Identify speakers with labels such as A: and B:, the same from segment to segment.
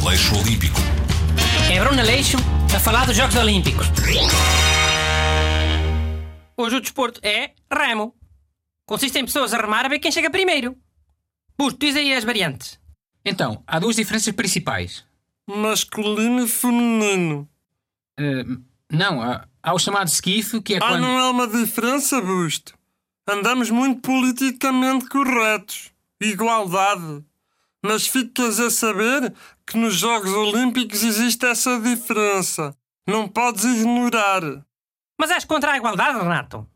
A: Aleixo Olímpico.
B: É Bruno Aleixo a falar dos Jogos Olímpicos. Hoje o desporto é remo. Consiste em pessoas a remar a ver quem chega primeiro. Busto, diz aí as variantes.
C: Então, há duas diferenças principais.
D: Masculino e feminino.
C: Eh, não, há, há o chamado skiff, que é
D: Ah,
C: quando.
D: não há uma diferença, Busto. Andamos muito politicamente corretos. Igualdade. Mas ficas a saber que nos Jogos Olímpicos existe essa diferença. Não podes ignorar.
B: Mas és contra a igualdade, Renato?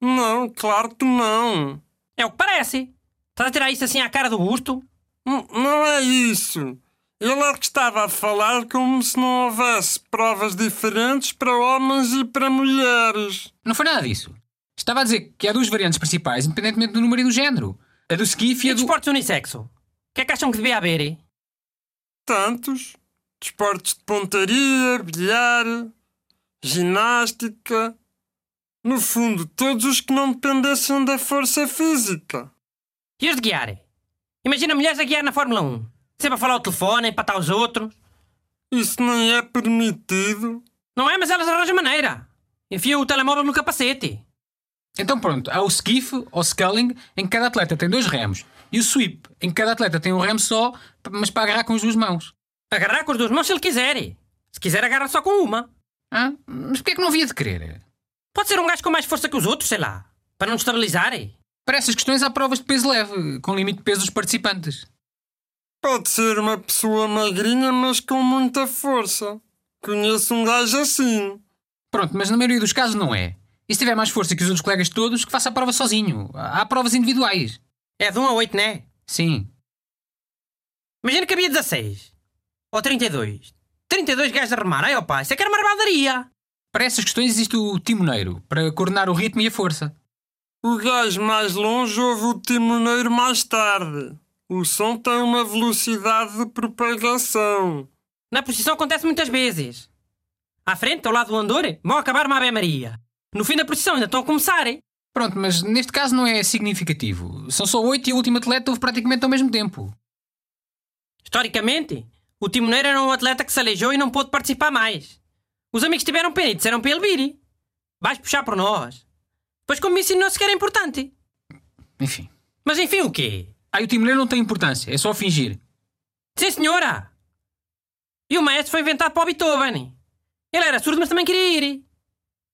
D: Não, claro que não.
B: É o que parece. Estás a tirar isso assim à cara do busto?
D: N- não é isso. Ele é que estava a falar como se não houvesse provas diferentes para homens e para mulheres.
C: Não foi nada disso. Estava a dizer que há duas variantes principais, independentemente do número e do género. A do skiff e
B: E
C: a do.
B: desportos unissexo? O que é que acham que devia haver? hein?
D: Tantos. Desportos de pontaria, bilhar, ginástica. No fundo, todos os que não dependessem da força física.
B: E os de guiar? Imagina mulheres a guiar na Fórmula 1. Sempre a falar ao telefone, a empatar os outros.
D: Isso nem é permitido.
B: Não é? Mas elas arranjam maneira. Enfiam o telemóvel no capacete.
C: Então pronto, há o skiff ou sculling, em que cada atleta tem dois remos, e o sweep, em que cada atleta tem um remo só, p- mas para agarrar com as duas mãos.
B: Agarrar com as duas mãos se ele quiser. Se quiser, agarra só com uma.
C: Ah, mas porquê é que não havia de querer?
B: Pode ser um gajo com mais força que os outros, sei lá. Para não É estabilizar.
C: Para essas questões há provas de peso leve, com limite de peso dos participantes.
D: Pode ser uma pessoa magrinha, mas com muita força. Conheço um gajo assim.
C: Pronto, mas na maioria dos casos não é. E se tiver mais força que os outros colegas todos, que faça a prova sozinho. Há há provas individuais.
B: É de 1 a 8, né?
C: Sim.
B: Imagina que havia 16. Ou 32. 32 gajos a remar. Ai, opa, isso é que era uma rebaldaria.
C: Para essas questões existe o timoneiro, para coordenar o ritmo e a força.
D: O gajo mais longe ouve o timoneiro mais tarde. O som tem uma velocidade de propagação.
B: Na posição acontece muitas vezes. À frente, ao lado do andor, vão acabar uma Maria. No fim da posição ainda estão a começar. hein?
C: Pronto, mas neste caso não é significativo. São só oito e o último atleta houve praticamente ao mesmo tempo.
B: Historicamente, o timoneiro era um atleta que se aleijou e não pôde participar mais. Os amigos tiveram pena e disseram para ele vir. Vais puxar por nós. Pois como isso não sequer é importante.
C: Enfim.
B: Mas enfim, o quê?
C: Aí o timoneiro não tem importância, é só fingir.
B: Sim, senhora! E o maestro foi inventado para o Beethoven. Ele era surdo, mas também queria ir.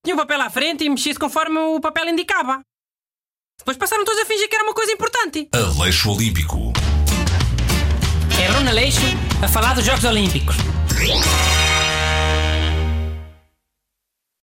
B: Tinha um papel à frente e mexia-se conforme o papel indicava. Depois passaram todos a fingir que era uma coisa importante.
A: Aleixo Olímpico.
B: É Bruno Aleixo a falar dos Jogos Olímpicos.